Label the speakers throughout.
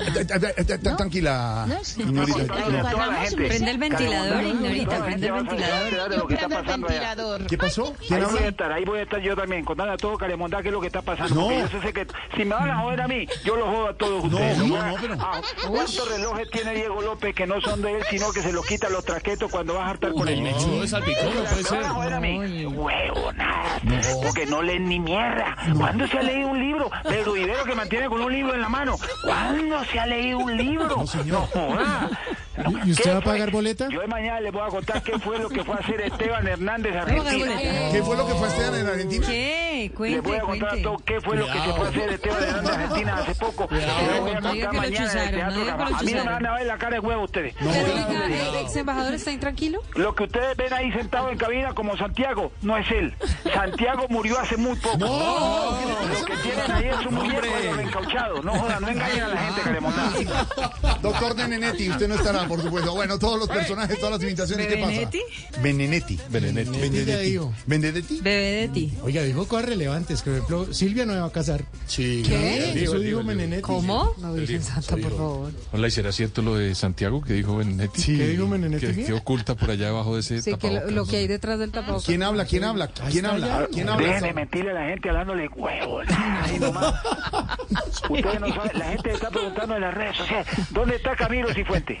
Speaker 1: Eh, eh, eh, eh, Tranquila.
Speaker 2: No, sí.
Speaker 1: señorita.
Speaker 3: Prende el ventilador, Ignorita,
Speaker 4: Ignorita,
Speaker 3: prende el ventilador.
Speaker 4: Yo prendo el ventilador.
Speaker 1: ¿Qué pasó? ¿Quién
Speaker 4: Ahí voy a
Speaker 1: habla?
Speaker 4: estar, ahí voy a estar yo también, contando a todo Calemondá qué es lo que está pasando.
Speaker 1: No.
Speaker 4: porque Yo sé que si me van a joder a mí, yo los jodo a todos
Speaker 1: No,
Speaker 4: ustedes.
Speaker 1: no,
Speaker 4: Voy a-
Speaker 1: no, pero-
Speaker 4: ah, ¿Cuántos relojes tiene Diego López que no son de él, sino que se los quita a los traquetos cuando vas a hartar con el necho?
Speaker 5: No, es albicón, no puede
Speaker 4: Me van
Speaker 5: ser.
Speaker 4: a joder a mí. Huevonadas, Porque no leen ni mierda. ¿Cuándo se ha leído un libro? Pedro Ibero que mantiene con un libro en la mano. ¿Cuándo se ha leído un libro? No,
Speaker 1: señor.
Speaker 4: joda. No,
Speaker 1: ¿Y- y usted
Speaker 4: ¿qué
Speaker 1: va a
Speaker 4: fue?
Speaker 1: pagar boleta?
Speaker 4: Yo de mañana les voy a contar qué fue lo que fue a hacer Esteban Hernández a Argentina.
Speaker 1: ¿Qué fue lo que fue a hacer en Argentina?
Speaker 3: ¿Qué?
Speaker 4: Les voy
Speaker 3: Cuente,
Speaker 4: a contar
Speaker 3: cuente.
Speaker 4: todo qué fue lo que se fue a hacer Esteban Hernández a Argentina hace poco. Les voy a
Speaker 3: No diga
Speaker 4: contar
Speaker 3: que lo
Speaker 4: mañana en el
Speaker 3: chuzaron, no
Speaker 4: Teatro
Speaker 3: diga que lo
Speaker 4: Gamal. A mí no me
Speaker 3: chuzaron.
Speaker 4: van a ver la cara de huevo ustedes.
Speaker 3: Pero oiga, ¿el ex embajador está intranquilo?
Speaker 4: Lo que ustedes ven ahí sentado en cabina como Santiago, no es él. Santiago murió hace muy poco.
Speaker 1: No, ¿qué le
Speaker 4: Lo que tienen ahí es un muñeco de los reencauchados. No jodan, no engañen a la gente que le montan.
Speaker 1: Doctor Benenetti, usted no estará, por supuesto. Bueno, todos los personajes, todas las invitaciones, ¿qué pasa?
Speaker 3: ¿Benedetti?
Speaker 1: Benenetti. Benenetti. Benedetti. Benedetti.
Speaker 3: Bebé de ti.
Speaker 6: Oiga, dijo cosas relevantes, que por ejemplo, Silvia no me va a casar.
Speaker 1: Sí.
Speaker 6: Eso dijo Menenetti.
Speaker 3: ¿Cómo?
Speaker 6: No, Virgen Santa, por favor.
Speaker 5: Hola, ¿y será cierto lo de Santiago que dijo Benenetti?
Speaker 1: Sí.
Speaker 5: ¿Qué
Speaker 6: dijo Benedetti?
Speaker 5: Que, que oculta por allá abajo de ese
Speaker 3: Sí, que lo,
Speaker 5: tapabocas,
Speaker 3: lo
Speaker 5: ¿no?
Speaker 3: que hay detrás del tapabocas.
Speaker 1: ¿Quién habla? ¿Quién habla? ¿Quién habla? ¿Quién habla?
Speaker 4: Dejen de mentirle a la gente hablándole huevos. Ay, nomás. Ustedes no saben, la gente está preguntando en las redes sociales, ¿dónde está Camilo Cifuente?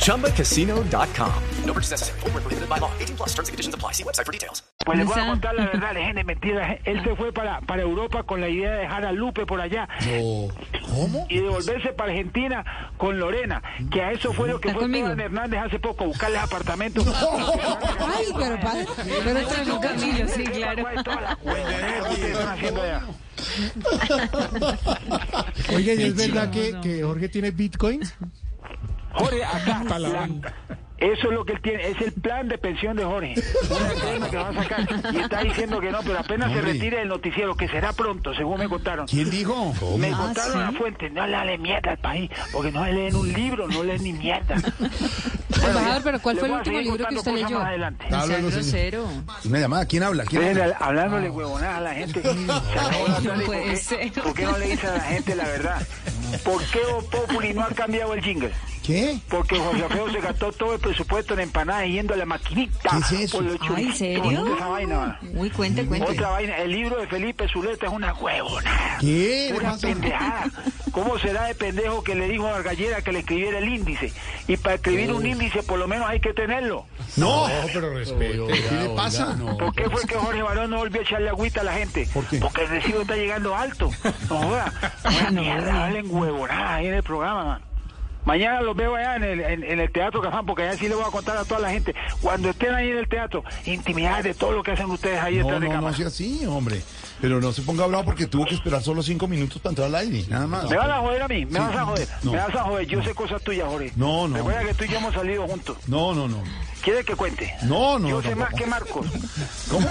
Speaker 7: ChumbaCasino.com. No purchase necessary. Void where prohibited by law. 18 plus terms and conditions apply. See website for details.
Speaker 4: Pues les voy a
Speaker 3: Esa-
Speaker 4: contar la verdad, dejen de mentir. a la gente. Él se fue para, para Europa con la idea de dejar a Lupe por allá.
Speaker 1: No. ¿Cómo?
Speaker 4: y devolverse para Argentina con Lorena, que a eso fue lo que
Speaker 3: ¿Está
Speaker 4: fue
Speaker 3: conmigo?
Speaker 4: Esteban Hernández hace poco, a buscarles apartamentos.
Speaker 3: Ay, pero padre. Pero está en un Camilo, sí, claro.
Speaker 4: Toda la huevonada que ustedes están haciendo allá.
Speaker 6: Oiga, ¿y es verdad que, que Jorge tiene bitcoins?
Speaker 4: Jorge, acá, la- eso es lo que él tiene, es el plan de pensión de Jorge. Una crema que va a sacar. Y está diciendo que no, pero apenas se
Speaker 1: Hombre.
Speaker 4: retire del noticiero, que será pronto, según me contaron.
Speaker 1: ¿Quién dijo?
Speaker 4: Me
Speaker 3: Ah,
Speaker 4: contaron la fuente, no le hable mierda al país, porque no leen un libro, no leen ni mierda.
Speaker 3: Embajador, pero ¿cuál
Speaker 4: Les
Speaker 3: fue el
Speaker 4: voy a
Speaker 3: último
Speaker 4: seguir
Speaker 3: libro que
Speaker 4: contando
Speaker 3: usted
Speaker 4: cosas
Speaker 3: leyó?
Speaker 4: más adelante.
Speaker 3: No sea
Speaker 1: Háblalo, señor.
Speaker 3: grosero.
Speaker 1: Una llamada. ¿Quién habla? Ah, ¿Quién Ah.
Speaker 4: Ven,
Speaker 1: habla?
Speaker 4: al- hablándole huevonadas a la gente.
Speaker 3: no puede ser.
Speaker 4: ¿Por qué no le dice a la gente la verdad? ¿Por qué Voz Populi no ha cambiado el jingle?
Speaker 1: ¿Qué?
Speaker 4: Porque Jorge Alfredo se gastó todo el presupuesto en empanadas yendo a la maquinita.
Speaker 1: ¿Qué es eso?
Speaker 4: Por los
Speaker 3: Ay, ¿en
Speaker 4: churritos,
Speaker 3: serio?
Speaker 4: esa vaina.
Speaker 3: Uy, cuente, cuente.
Speaker 4: Otra vaina, el libro de Felipe Zuleta es una huevonada.
Speaker 1: ¿Qué? ¿Le
Speaker 4: Una
Speaker 1: pasa?
Speaker 4: pendejada. ¿Cómo será de pendejo que le dijo a Gallera que le escribiera el índice? Y para escribir un índice por lo menos hay que tenerlo.
Speaker 1: No.
Speaker 6: pero respeto.
Speaker 1: ¿Qué le pasa?
Speaker 4: ¿Por qué fue que Jorge Barón no volvió a echarle agüita a la gente?
Speaker 1: ¿Por qué?
Speaker 4: Porque el recibo está llegando alto. No joda. Una mierda, hablen huevonada ahí en el programa, man. Mañana los veo allá en el, en, en el Teatro Cafán, porque allá sí les voy a contar a toda la gente. Cuando estén ahí en el teatro, intimidades de todo lo que hacen ustedes ahí
Speaker 1: No,
Speaker 4: detrás de
Speaker 1: no, no
Speaker 4: cámara.
Speaker 1: sea así, hombre. Pero no se ponga bravo porque tuvo que esperar solo cinco minutos para entrar al aire. Nada más.
Speaker 4: me van a joder a mí, me
Speaker 1: Sí.
Speaker 4: vas a joder,
Speaker 1: No.
Speaker 4: me vas a joder. Yo sé cosas tuyas, Jorge.
Speaker 1: No, no.
Speaker 4: Recuerda que tú y yo hemos salido juntos.
Speaker 1: No, no, no.
Speaker 4: ¿Quieres que cuente?
Speaker 1: No, no.
Speaker 4: yo sé
Speaker 1: tampoco.
Speaker 4: más que Marcos.
Speaker 1: ¿Cómo?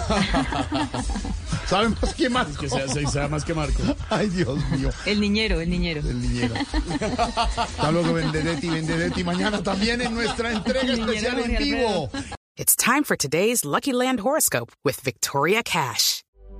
Speaker 1: ¿Saben más que Marco?
Speaker 6: Que sea, se sea más que Marco.
Speaker 1: Ay, Dios mío.
Speaker 3: El niñero, el niñero.
Speaker 1: El niñero. Hasta luego, Vendedetti, Vendedetti. Mañana también en nuestra entrega
Speaker 3: El niñero
Speaker 1: especial en
Speaker 3: Jorge
Speaker 1: vivo.
Speaker 8: It's time for today's Lucky Land horoscope with Victoria Cash.